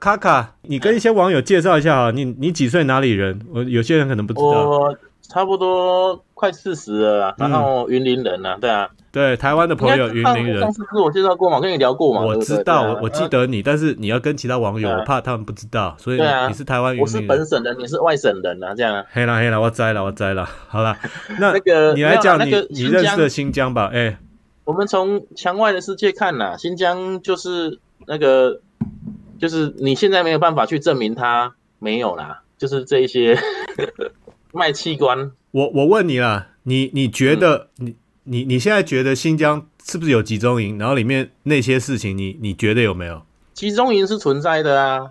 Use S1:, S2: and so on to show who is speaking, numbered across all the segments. S1: 卡卡，你跟一些网友介绍一下啊，你你几岁，哪里人？我有些人可能不知道。
S2: 我差不多快四十了啦，
S1: 嗯
S2: 然后云林人呐，对啊，
S1: 对，台湾的朋友，嗯哦云
S2: 应该
S1: 林人
S2: 上。次不是我介绍过嘛，跟你聊过嘛，
S1: 我
S2: 对不对
S1: 知道，
S2: 对啊
S1: 我我记得你，但是你要跟其他网友，
S2: 对啊
S1: 我怕他们不知道，所以
S2: 对啊
S1: 你是台湾
S2: 嗯
S1: 云
S2: 我是
S1: 林
S2: 本
S1: 人。
S2: 省人，你是外省人啊，这样啊。
S1: 黑了黑了，我栽了我栽了。好 了，那
S2: 那个
S1: 你来讲
S2: 没
S1: 你
S2: 有啦那个
S1: 你
S2: 新
S1: 认识
S2: 疆
S1: 的新疆吧？哎，
S2: 我们从墙外的世界看呐、新疆就是那个，就是你现在没有办法去证明它没有啦，就是这一些 卖器官，
S1: 我我问你啦，你你觉得、
S2: 嗯
S1: 你你你现在觉得新疆是不是有集中营？然后里面那些事情你，你觉得有没有？
S2: 集中营是存在的啊。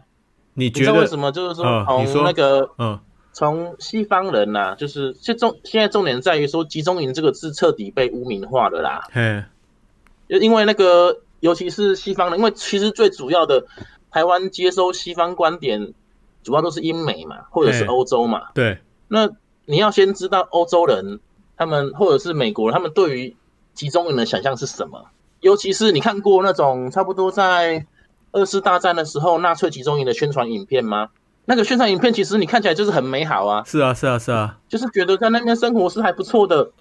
S1: 你
S2: 你知
S1: 觉
S2: 道为
S1: 得
S2: 什么？就是
S1: 嗯
S2: 说
S1: 你
S2: 从
S1: 说
S2: 那个
S1: 嗯
S2: 从西方人呐、就是现重现在重点在于说集中营这个字彻底被污名化了啦，
S1: 嘿
S2: 因为那个尤其是西方人，因为其实最主要的台湾接收西方观点，主要都是英美嘛，或者是
S1: 嗯
S2: 欧洲嘛。
S1: 对
S2: 那你要先知道欧洲人他们或者是美国人他们对于集中营的想象是什么，尤其是你看过那种差不多在二次大战的时候纳粹集中营的宣传影片吗？那个宣传影片其实你看起来就是很美好啊，
S1: 是啊是啊是啊。
S2: 就是觉得在那边生活是还不错的。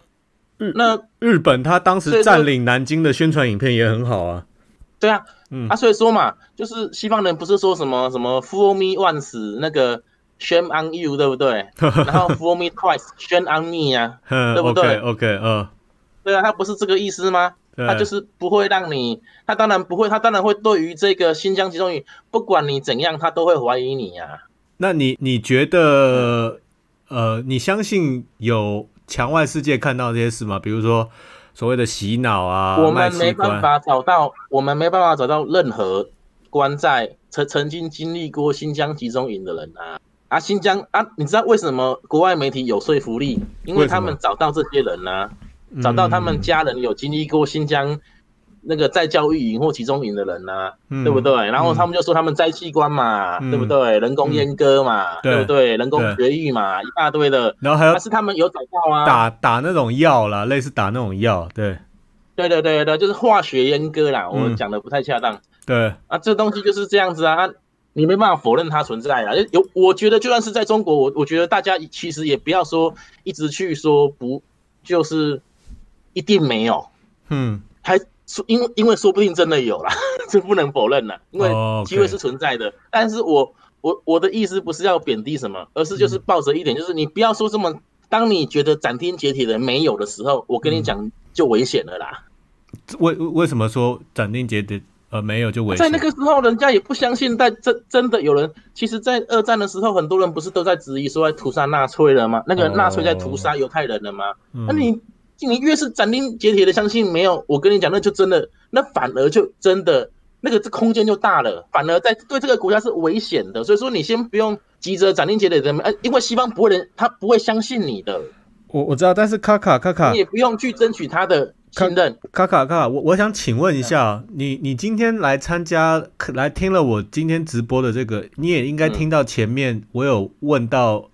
S1: 嗯
S2: 那
S1: 日本他当
S2: 所
S1: 时
S2: 以说
S1: 占领南京的宣传影片也很好啊。
S2: 对啊，
S1: 嗯
S2: 啊，所以说嘛，就是西方人不是说什么什么 “fool me once” 那个 “shame on you” 对不对？然后 “fool me twice”、“shame on me” 啊，
S1: 嗯
S2: 对不
S1: ，OK
S2: 对
S1: OK，嗯，
S2: 对啊，他不是这个意思吗？
S1: 对，
S2: 他就是不会让你，他当然不会，他当然会对于这个新疆集中营，不管你怎样，他都会怀疑你啊。
S1: 那你你觉得，呃，你相信有墙外世界看到这些事吗？比如说所谓的洗脑啊，
S2: 我
S1: 卖器
S2: 们没办
S1: 官
S2: 法找到，我们没办法找到任何关在曾曾经经历过新疆集中营的人啊啊，新疆啊，你知道为什么国外媒体有说服力？因
S1: 为
S2: 为
S1: 什么
S2: 他们找到这些人啊，
S1: 嗯
S2: 找到他们家人有经历过新疆那个在教育营或集中营的人啊。
S1: 嗯
S2: 对不对？然后他们就说他们摘器官嘛，
S1: 嗯
S2: 对不对？人工阉割嘛，
S1: 对
S2: 对不对？人工绝育嘛，一大堆的。
S1: 然后还要
S2: 但是他们有找到啊，
S1: 打打那种药啦，类似打那种药，对
S2: 对对对对，就是化学阉割啦。
S1: 嗯
S2: 我讲的不太恰当
S1: 对，
S2: 啊，这东西就是这样子啊，你没办法否认它存在啊。有，我觉得就算是在中国，我我觉得大家其实也不要说一直去说不，就是一定没有，
S1: 嗯，
S2: 还说因为因为说不定真的有啦， 这不能否认啦，因为
S1: 哦，OK
S2: 机会是存在的。但是我我我的意思不是要贬低什么，而是
S1: 嗯
S2: 就是抱着一点，就是你不要说这么，当你觉得斩钉截铁的没有的时候，我
S1: 嗯
S2: 跟你讲就危险了啦。
S1: 为为什么说斩钉截铁？呃，没有就危险，
S2: 在那个时候，人家也不相信，但真真的有人，其实，在二战的时候，很多人不是都在质疑说在屠杀纳粹了吗？那个
S1: 哦
S2: 纳粹在屠杀犹太人了吗？
S1: 嗯，
S2: 那你你越是斩钉截铁的相信没有，我跟你讲，那就真的，那反而就真的那个这空间就大了，反而在对这个国家是危险的。所以说你先不用急着斩钉截铁的，呃，因为西方不会人他不会相信你的，
S1: 我我知道，但是卡卡卡卡
S2: 你也不用去争取他的信任。
S1: 卡卡卡，我我想请问一
S2: 啊
S1: 下，你你今天来参加来听了我今天直播的这个，你也应该
S2: 嗯
S1: 听到前面我有问到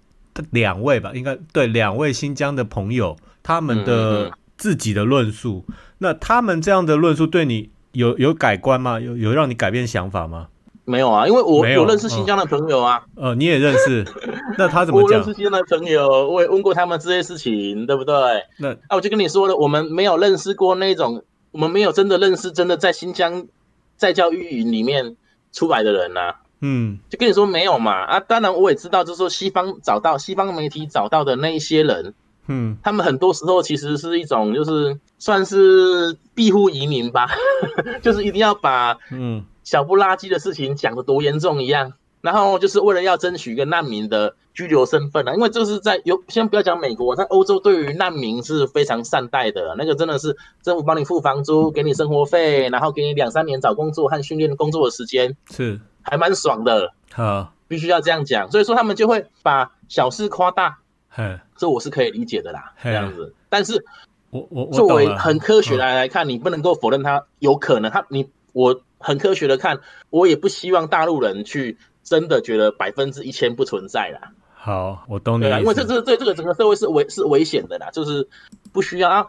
S1: 两位吧，应该对两位新疆的朋友他们
S2: 嗯嗯
S1: 的
S2: 嗯
S1: 自己的论述，那他们这样的论述对你有有改观吗？有有让你改变想法吗？
S2: 没有啊，因为我
S1: 没有
S2: 我认识新疆的朋友啊，
S1: 呃，你也认识， 那他怎么
S2: 我认
S1: 讲
S2: 识？新疆的朋友，我也问过他们这些事情，对不对？
S1: 那
S2: 啊，我就跟你说了，我们没有认识过那种，我们没有真的认识真的在新疆在教育营里面出来的人呐、
S1: 嗯
S2: 就跟你说没有嘛啊，当然我也知道，就是说西方找到西方媒体找到的那一些人，
S1: 嗯，
S2: 他们很多时候其实是一种就是算是庇护移民吧， 就是一定要把
S1: 嗯
S2: 小不拉几的事情讲得多严重一样，然后就是为了要争取一个难民的居留身份啊，因为这是在有先不要讲美国，在欧洲对于难民是非常善待的，啊那个真的是政府帮你付房租，给你生活费，然后给你两三年找工作和训练工作的时间，
S1: 是
S2: 还蛮爽的。
S1: 好，
S2: 必须要这样讲，所以说他们就会把小事夸大，
S1: 嘿，
S2: 这我是可以理解的啦，
S1: 嘿
S2: 这样子。但是
S1: 我我我
S2: 作
S1: 懂
S2: 为
S1: 了，嗯
S2: 很科学来来看，你不能够否认它有可能，它你我很科学的看，我也不希望大陆人去真的觉得百分之一千不存在啦，
S1: 好，我懂你
S2: 对
S1: 的
S2: 啊，
S1: 意
S2: 因为这
S1: 思。
S2: 这对这个整个社会是危是危险的啦，就是不需要啊。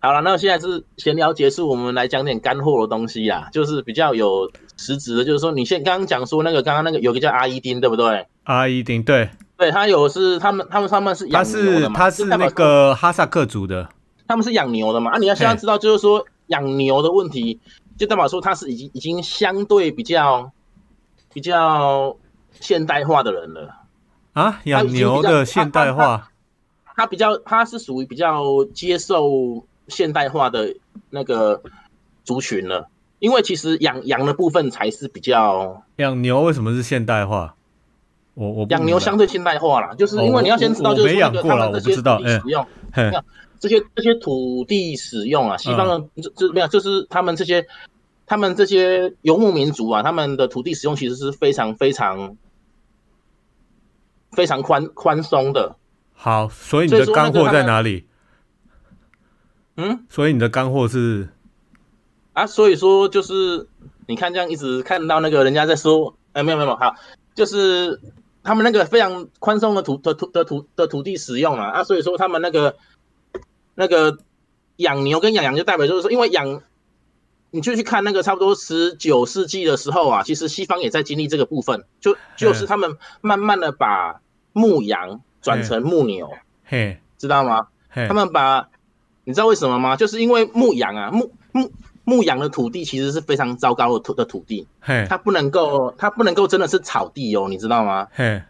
S2: 好了，那现在是闲聊结束，我们来讲点干货的东西啦，就是比较有实质的，就是说你现刚刚讲说那个刚刚那个有个叫阿依丁，对不对？
S1: 阿依丁啊对，
S2: 对他有是他们他们他们是
S1: 他
S2: 养牛
S1: 是
S2: 的嘛，
S1: 他
S2: 就是代表
S1: 那个哈萨克族的，
S2: 他们是养牛的嘛？啊，你要现在知道，就是说养牛的问题，就代表说他是已经已经相对比较比较现代化的人了。
S1: 啊，养
S2: 已经
S1: 牛
S2: 比较
S1: 的
S2: 他
S1: 现
S2: 他
S1: 代
S2: 啊他
S1: 化
S2: 他比较他是属于比较接受现代化的那个族群了，因为其实养羊的部分才是比较
S1: 养牛为什么是现代化？我我不
S2: 养
S1: 明
S2: 牛
S1: 白
S2: 相对现代化啦，就是
S1: 哦
S2: 因为
S1: 我
S2: 你要先知道，
S1: 我
S2: 就
S1: 我
S2: 是
S1: 没
S2: 说那
S1: 养
S2: 个
S1: 过
S2: 他
S1: 啦
S2: 们这
S1: 我不
S2: 些
S1: 知道哎
S2: 土地使用，
S1: 嘿
S2: 这些这些土地使用啊，西方的这这没有，就是他们这些他们这些游牧民族啊，他们的土地使用其实是非常非常非常宽宽松的。
S1: 好，所以你
S2: 所以
S1: 的
S2: 说那
S1: 干
S2: 个
S1: 货
S2: 他
S1: 在
S2: 们
S1: 哪里？
S2: 嗯
S1: 所以你的干货是
S2: 啊，所以说就是你看这样一直看到那个人家在说，哎，没有没有没有好，就是他们那个非常宽松的土的土的土的土地使用啊，啊，所以说他们那个那个养牛跟养羊就代表就是说，因为养你就去看那个差不多十九世纪的时候啊，其实西方也在经历这个部分，就就是他们慢慢的把牧羊转成牧牛，
S1: 嘿
S2: 知道吗？
S1: 嘿
S2: 他，们把你知道为什么吗？就是因为牧羊啊，牧牧牧羊的土地其实是非常糟糕的土的土地，
S1: 嘿
S2: 它不能够它不能够真的是草地哦，你知道吗？
S1: 嘿，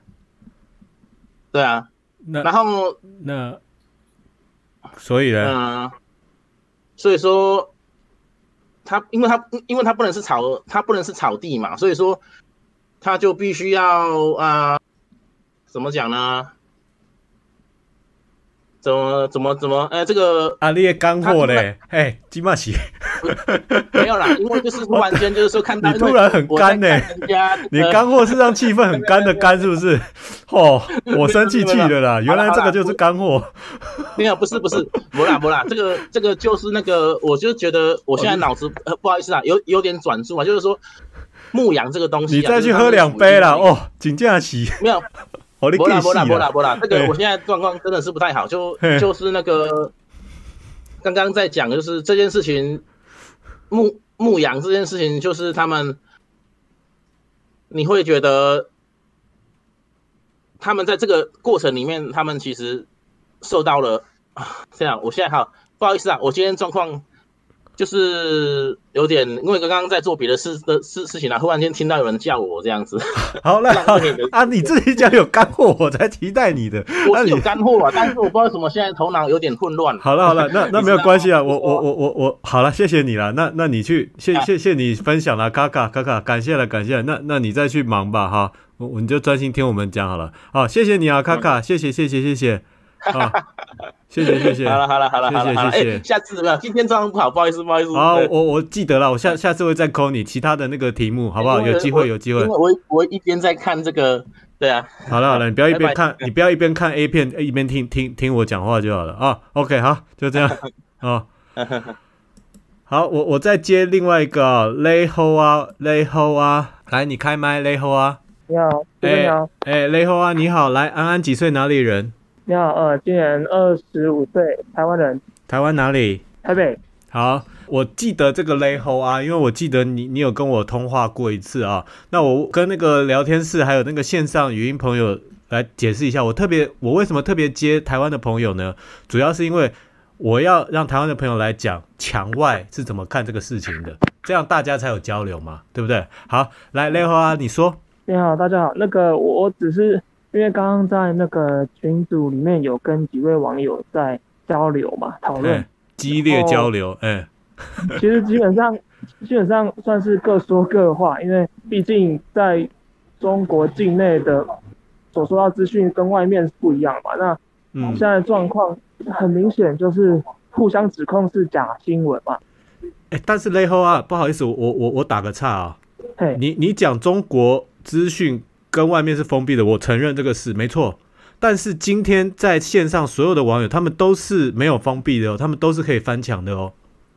S2: 对啊，
S1: 那
S2: 然后
S1: 那所以呢？
S2: 嗯、所以说它因为它因为它不能是草它不能是草地嘛，所以说它就必须要啊、呃怎么讲呢？怎么怎么怎么？哎、这个
S1: 啊，你的干
S2: 他
S1: 货
S2: 突然
S1: 嘞？嘿，金马喜，
S2: 没有啦，因为就是突然间就是说看到，
S1: 你突然很干呢
S2: 因为我在看人家
S1: 你
S2: 呃
S1: 干货是让气氛很干的干，是不是？哦，我生气气的啦，
S2: 没
S1: 原
S2: 有没有
S1: 来这
S2: 好
S1: 个
S2: 啦
S1: 就是干货。
S2: 没有，不是不是，不啦不啦，这个这个就是那个，我就觉得我现在脑子、呃、不好意思啊，有有点转速啊，就是说牧羊这个东西、啊，
S1: 你再
S2: 就是
S1: 去
S2: 他们
S1: 喝两杯啦，
S2: 属于那个，
S1: 哦，金价喜，
S2: 没有，
S1: 我你啊
S2: 不
S1: 更
S2: 啦
S1: 喜
S2: 不啦不啦
S1: 了。
S2: 不啦，这个
S1: 嘿
S2: 我现在状况真的是不太好，就
S1: 嘿
S2: 就是那个刚刚在讲，就是这件事情牧牧羊这件事情，就是他们你会觉得他们在这个过程里面，他们其实受到了 啊，这样，我现在好不好意思啊，我今天状况。就是有点，因为刚刚在做别的事的事事情啊，忽然间听到有人叫我这样子，
S1: 好了
S2: 浪费你的，
S1: 啊，你自 己讲有干货，我才期待你的。
S2: 我
S1: 那
S2: 是
S1: 你
S2: 有干货啊，但是我不知道为什么现在头脑有点混乱。
S1: 好了好了， 那那
S2: 你
S1: 没有
S2: 知道
S1: 关系啊，
S2: 吗
S1: 我我我我我好了，谢谢你了。那那你去，谢
S2: 啊
S1: 谢谢你分享了，卡卡卡卡，感谢了感谢了。那那你再去忙吧哈，我我你就专心听我们讲好了。好，谢谢你
S2: 嗯
S1: 啊，卡卡，谢谢谢谢谢谢， 啊，谢谢谢谢。
S2: 好了好了好了好了好
S1: 谢
S2: 了，
S1: 谢谢谢
S2: 哎，下次没有，今天状况不好，不好意思不好意思。
S1: 好，
S2: 对
S1: 我我记得了，我下下次会再 call 你其他的那个题目，好不好？
S2: 因为
S1: 有机
S2: 我
S1: 会有机会
S2: 因为。我我一边在看这个，对啊，
S1: 好了好了，你不要一边
S2: 拜拜
S1: 看，你不要一边看 A 片一边听听听我讲话就好了啊。OK，好，就 这样啊。好，我我再接另外一个啊雷吼啊，雷吼啊，来你开麦雷吼啊，
S3: 你好，先生你好，
S1: 哎雷吼啊，你好，来安安几岁？哪里人？
S3: 你好，呃，今年二十五岁，台湾人，
S1: 台湾哪里？
S3: 台北。
S1: 好，我记得这个雷吼啊，因为我记得你你有跟我通话过一次啊。那我跟那个聊天室还有那个线上语音朋友来解释一下，我特别我为什么特别接台湾的朋友呢？主要是因为我要让台湾的朋友来讲墙外是怎么看这个事情的，这样大家才有交流嘛，对不对？好，来雷吼啊，你说，
S3: 你好，大家好，那个我我只是因为刚刚在那个群组里面有跟几位网友在交流嘛，讨论
S1: 嗯，，激烈交流，嗯，
S3: 其实基本上 基本上算是各说各话，因为毕竟在中国境内的所收到资讯跟外面是不一样嘛，那
S1: 嗯
S3: 现，在状况很明显就是互相指控是假新闻嘛，
S1: 哎，但是雷吼啊，不好意思，我我我我打个岔啊、
S3: 嘿，
S1: 你你讲中国资讯跟外面是封闭的，我承认这个事没错。但是今天在线上所有的网友，他们都是没有封闭的哦，他们都是可以翻墙的哦。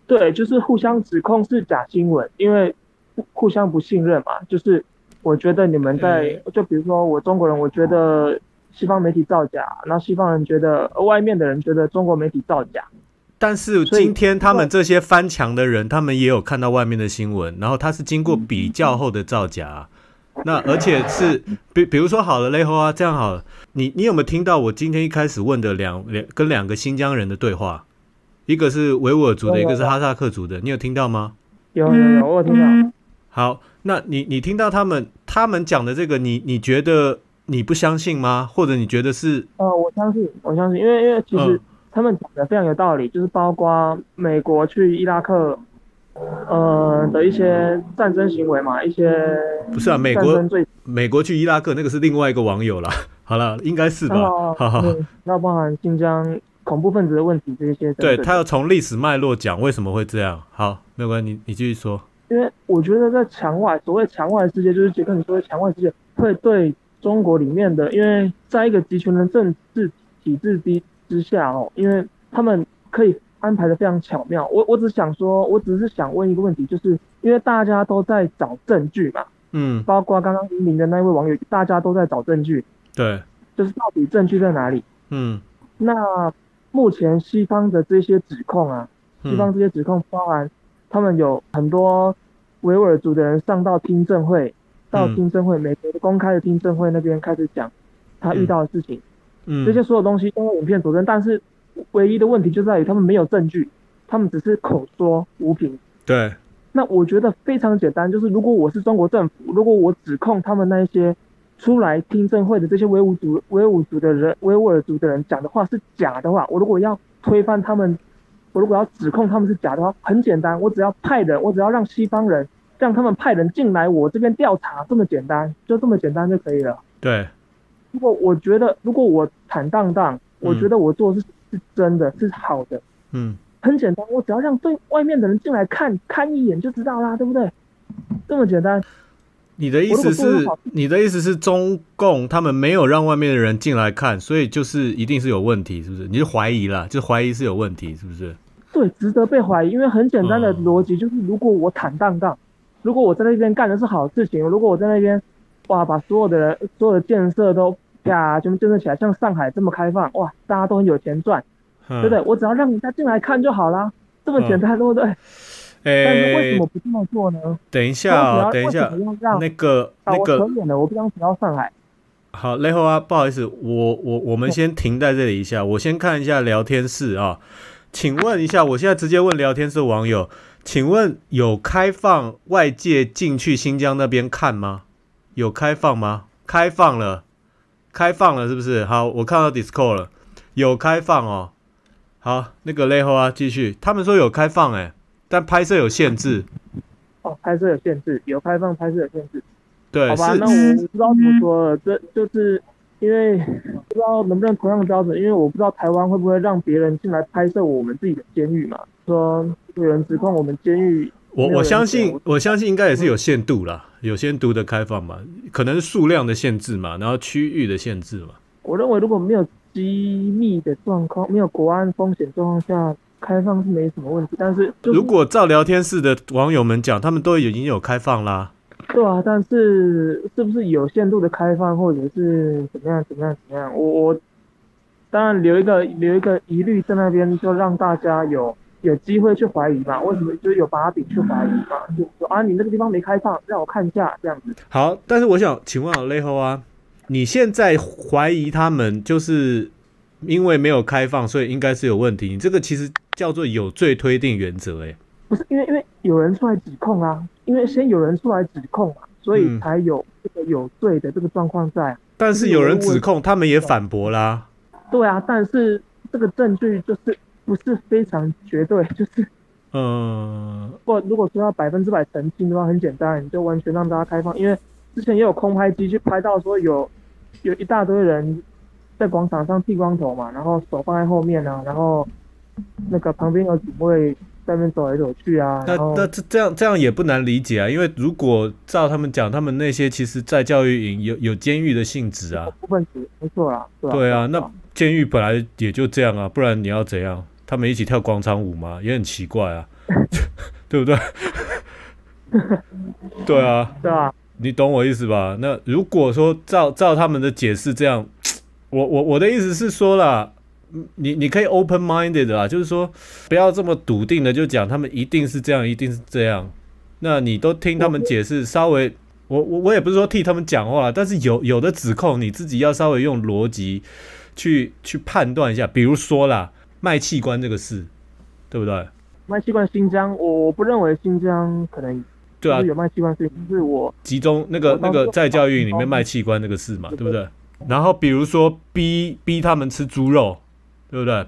S3: 对，就是互相指控是假新闻，因为互互相不信任嘛。就是我觉得你们在，就比如说我中国人，我觉得西方媒体造假，然后西方人觉得呃外面的人觉得中国媒体造假，
S1: 但是
S3: 所以
S1: 今天他们这些翻墙的人，他们也有看到外面的新闻，然后他是经过比较后的造假啊、那而且是 比比如说好了，雷猴啊，这样好了，你你有没有听到我今天一开始问的两两跟两个新疆人的对话？一个是维吾尔族的，
S3: 有
S1: 一
S3: 有
S1: 个是哈萨克族的，你有听到吗？
S3: 有有有，我有听
S1: 嗯
S3: 到。
S1: 好，那你你听到他们他们讲的这个，你你觉得你不相信吗？或者你觉得是
S3: 呃，我相信，我相信，因为因为其实
S1: 嗯
S3: 他们讲的非常有道理，就是包括美国去伊拉克，呃的一些战争行为嘛，一些
S1: 不是啊？美
S3: 战
S1: 国
S3: 争罪
S1: 美国去伊拉克那个是另外一个网友啦。好了，应该是吧？
S3: 然
S1: 好好
S3: 后
S1: 好，
S3: 嗯那包含新疆恐怖分子的问题这些等
S1: 对
S3: 等。
S1: 他要从历史脉络讲为什么会这样。好，没有关系，你你继续说。
S3: 因为我觉得在墙外，所谓墙外世界，就是杰克你说的墙外世界，会对中国里面的，因为在一个集权的政治体制之之下哦，因为他们可以安排的非常巧妙。我我只想说，我只是想问一个问题，就是因为大家都在找证据嘛，
S1: 嗯，
S3: 包括刚刚移民的那位网友，大家都在找证据，
S1: 对，
S3: 就是到底证据在哪里？
S1: 嗯，
S3: 那目前西方的这些指控啊，西方
S1: 嗯
S3: 这些指控包含他们有很多维吾尔族的人上到听证会，到
S1: 嗯
S3: 听证会，美国的公开的听证会那边开始讲他遇到的事情，这些
S1: 嗯，
S3: 所有东西都有影片佐证，但是唯一的问题就在于他们没有证据，他们只是口说无凭。
S1: 对，
S3: 那我觉得非常简单，就是如果我是中国政府，如果我指控他们那一些出来听证会的这些维吾族、维吾族的人、维吾尔族的人讲的话是假的话，我如果要推翻他们，我如果要指控他们是假的话，很简单，我只要派人，我只要让西方人让他们派人进来我这边调查，这么简单，就这么简单就可以了。
S1: 对，
S3: 如果我觉得，如果我坦荡荡，我觉得我做的是是真的，是好的，
S1: 嗯，
S3: 很简单，我只要让对外面的人进来看看一眼就知道啦，对不对？这么简单，
S1: 你的意思
S3: 我如果
S1: 是
S3: 做得好，
S1: 你的意思是中共他们没有让外面的人进来看，所以就是一定是有问题，是不是？你就怀疑啦，就怀疑是有问题，是不是？
S3: 对，值得被怀疑，因为很简单的
S1: 嗯
S3: 逻辑就是，如果我坦荡荡，如果我在那边干的是好事情，如果我在那边，哇，把所有的人、所有的建设都啪全部建设起来，像上海这么开放，哇，大家都很有钱赚，
S1: 对
S3: 对不对？我只要让人家进来看就好啦，这么简单，对不
S1: 嗯
S3: 对？但是为
S1: 哎
S3: 什么，不这么做呢？
S1: 等一下
S3: 那
S1: 啊，
S3: 我只
S1: 等一
S3: 要为
S1: 下
S3: 什，么要让
S1: 那个哎
S3: 啊，
S1: 那
S3: 我
S1: 个
S3: 扯远了，我不想扯到上海。
S1: 好，雷猴啊，不好意思，我我我们先停在这里一下，我先看一下聊天室啊。请问一下，我现在直接问聊天室的网友，请问有开放外界进去新疆那边看吗？有开放吗？开放了，开放了，是不是？好，我看到 Discord 了，有开放哦。好，那个雷猴啊，继续，他们说有开放哎、但拍摄有限制，
S3: 哦，拍摄有限制，有开放拍摄有限制。
S1: 对，
S3: 好吧，
S1: 是
S3: 那我不知道怎么说了，这就是因为不知道能不能同样的标准，因为我不知道台湾会不会让别人进来拍摄我们自己的监狱嘛，说有人指控我们监狱，
S1: 我
S3: 没有
S1: 我
S3: 人
S1: 相
S3: 写
S1: 信
S3: 我，嗯
S1: 我相信应该也是有限度啦，有限度的开放嘛，可能是数量的限制嘛，然后区域的限制嘛。
S3: 我认为如果没有机密的状况，没有国安风险状况下，开放是没什么问题，但是就是
S1: 如果照聊天室的网友们讲，他们都已经有开放啦。
S3: 对啊，但是是不是有限度的开放，或者是怎么样怎么样怎么样？我我当然留一个留一个疑虑在那边，就让大家有有机会去怀疑嘛。为什么就是有把柄去怀疑嘛？就是说啊，你那个地方没开放，让我看一下这样子。
S1: 好，但是我想请问啊，雷猴啊，你现在怀疑他们就是因为没有开放，所以应该是有问题。你这个其实叫做有罪推定原则、欸，
S3: 不是因为因为有人出来指控啊，因为先有人出来指控嘛，所以
S1: 嗯
S3: 才有这个有罪的这个状况在。
S1: 但是有人指控，他们也反驳啦。
S3: 对啊，但是这个证据就是不是非常绝对，就是
S1: 嗯，
S3: 不，如果说要百分之百澄清的话，很简单，你就完全让大家开放。因为之前也有空拍机去拍到说有有一大堆人在广场上剃光头嘛，然后手放在后面啊，然后那个旁边有警卫在那边走来走去啊，
S1: 那
S3: 然后
S1: 那这这样这样也不难理解啊，因为如果照他们讲，他们那些其实，在教育营有有监狱的性质啊，
S3: 部分组没错啦，对吧、
S1: 对啊，那监狱本来也就这样啊，不然你要怎样？他们一起跳广场舞嘛，也很奇怪啊， 对不对？ 对啊，
S3: 对吧、
S1: 你懂我意思吧？那如果说照照他们的解释这样，我我我的意思是说啦，你你可以 open minded 啊，就是说不要这么笃定的就讲他们一定是这样，一定是这样。那你都听他们解释，稍微我我我也不是说替他们讲话，但是有有的指控你自己要稍微用逻辑去去判断一下。比如说啦，卖器官这个事，对不对？
S3: 卖器官新疆，我不认为新疆可能
S1: 对啊
S3: 就是，有卖器官事情，就是我
S1: 集中那个
S3: 我
S1: 那
S3: 当
S1: 个
S3: 时
S1: 在教育营里
S3: 我
S1: 面
S3: 当
S1: 卖器官那个事嘛，对不对？然后比如说逼逼他们吃猪肉，对不对？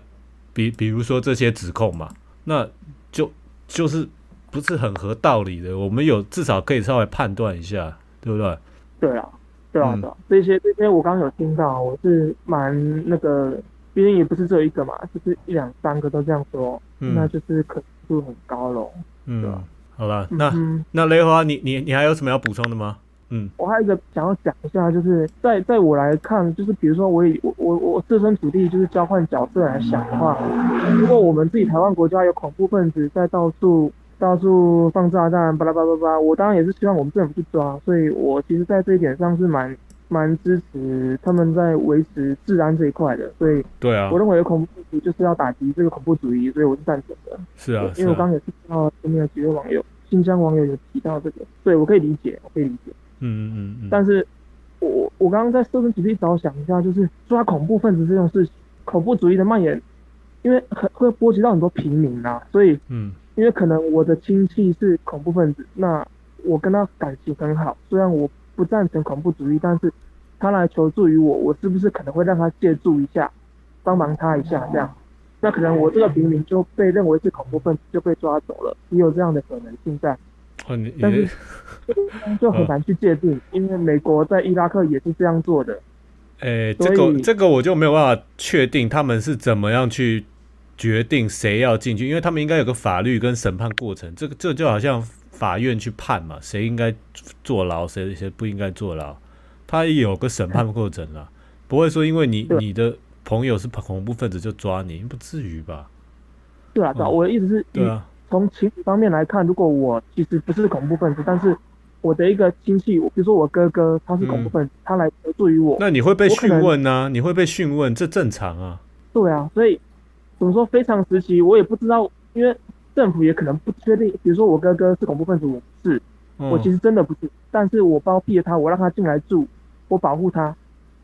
S1: 比比如说这些指控嘛，那就就是不是很合道理的。我们有至少可以稍微判断一下，对不对？
S3: 对啊，对啊，
S1: 嗯
S3: 对啊，这些这些我刚刚有听到，我是蛮那个，毕竟也不是只有一个嘛，就是一两三个都这样说，那
S1: 嗯
S3: 就是可信度很高咯。对
S1: 嗯
S3: 啊，
S1: 好了，那
S3: 嗯哼
S1: 那雷华，你你你还有什么要补充的吗？嗯
S3: 我还有一个想要讲一下，就是在在我来看，就是比如说我以我我我设身处地就是交换角色来想的话，如果我们自己台湾国家有恐怖分子在到处到处放炸弹，巴拉巴拉巴拉，我当然也是希望我们政府去抓，所以我其实在这一点上是蛮蛮支持他们在维持治安这一块的，所以
S1: 对啊
S3: 我，认为恐怖分子就是要打击这个恐怖主义，所以我是赞成的。
S1: 是啊，
S3: 因
S1: 是
S3: 为我
S1: 啊，
S3: 刚刚也是听到前面有几位网友，新疆网友有提到这个，对我可以理解，我可以理解。
S1: 嗯嗯嗯，
S3: 但是我我刚刚在设身处地着想一下，就是抓恐怖分子这种事情，恐怖主义的蔓延，因为很会波及到很多平民啊，所以
S1: 嗯
S3: 因为可能我的亲戚是恐怖分子，那我跟他感情很好，虽然我不赞成恐怖主义，但是他来求助于我，我是不是可能会让他借助一下，帮忙他一下这样？那可能我这个平民就被认为是恐怖分子，就被抓走了，也有这样的可能性在。
S1: 哦你
S3: 但
S1: 你
S3: 是就很难去界定，因为美国在伊拉克也是这样做的。
S1: 诶，
S3: 所
S1: 这个
S3: 以
S1: 这个我就没有办法确定他们是怎么样去决定谁要进去，因为他们应该有个法律跟审判过程，这个这就好像法院去判嘛，谁应该坐牢，谁谁不应该坐牢，他也有个审判过程啦，不会说因为你
S3: 对
S1: 你的朋友是恐怖分子就抓你，不至于吧？
S3: 对啊，对啊，
S1: 嗯
S3: 我的意思是，
S1: 对啊，
S3: 从情侣方面来看，如果我其实不是恐怖分子，但是我的一个亲戚，我比如说我哥哥，他是恐怖分子，他来求助于我，
S1: 那你会被
S3: 我可
S1: 讯
S3: 能
S1: 问啊，你会被讯问，这正常啊。
S3: 对啊，所以怎么说非常时期，我也不知道，因为政府也可能不确定，比如说我哥哥是恐怖分子，我不是，
S1: 嗯、
S3: 我其实真的不是，但是我包庇了他，我让他进来住，我保护他，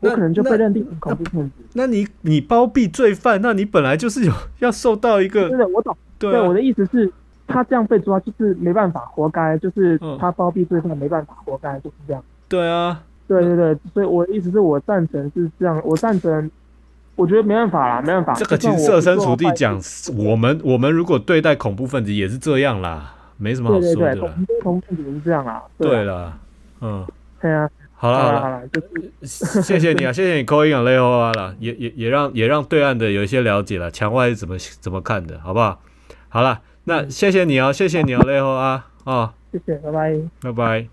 S3: 我
S1: 那
S3: 可能就
S1: 那
S3: 被认定是恐怖分子。
S1: 那你你包庇罪犯，那你本来就是有要受到一
S3: 真
S1: 个
S3: 的，我懂。
S1: 对
S3: 对，
S1: 啊
S3: 我的意思是，他这样被抓就是没办法，活该，就是
S1: 嗯
S3: 他包庇罪犯没办法，活该，就是这样。
S1: 对啊，
S3: 对对对，所以我的意思是我赞成是这样，我赞成，我觉得没办法啦，没办法。
S1: 这个其实
S3: 啊
S1: 设
S3: 就算我
S1: 身处地讲
S3: 不，
S1: 我们我们如果对待恐怖分子也是这样啦，没什么好
S3: 做坏事，
S1: 说
S3: 对对
S1: 的
S3: 对，
S1: 啦。
S3: 同同分子是这样啦。
S1: 对
S3: 了，
S1: 啦，嗯，
S3: 对啊，
S1: 好了
S3: 好
S1: 好
S3: 啦好
S1: 了，
S3: 啦，就是
S1: 谢谢你啊，谢谢你扣音啊，雷欧啊啦，也也也让也让对岸的有一些了解了，墙外是怎么怎么看的，好不好？好了，那谢谢你哦，谢谢你哦，雷欧啊，啊、哦，
S3: 谢谢，拜拜。
S1: 拜拜。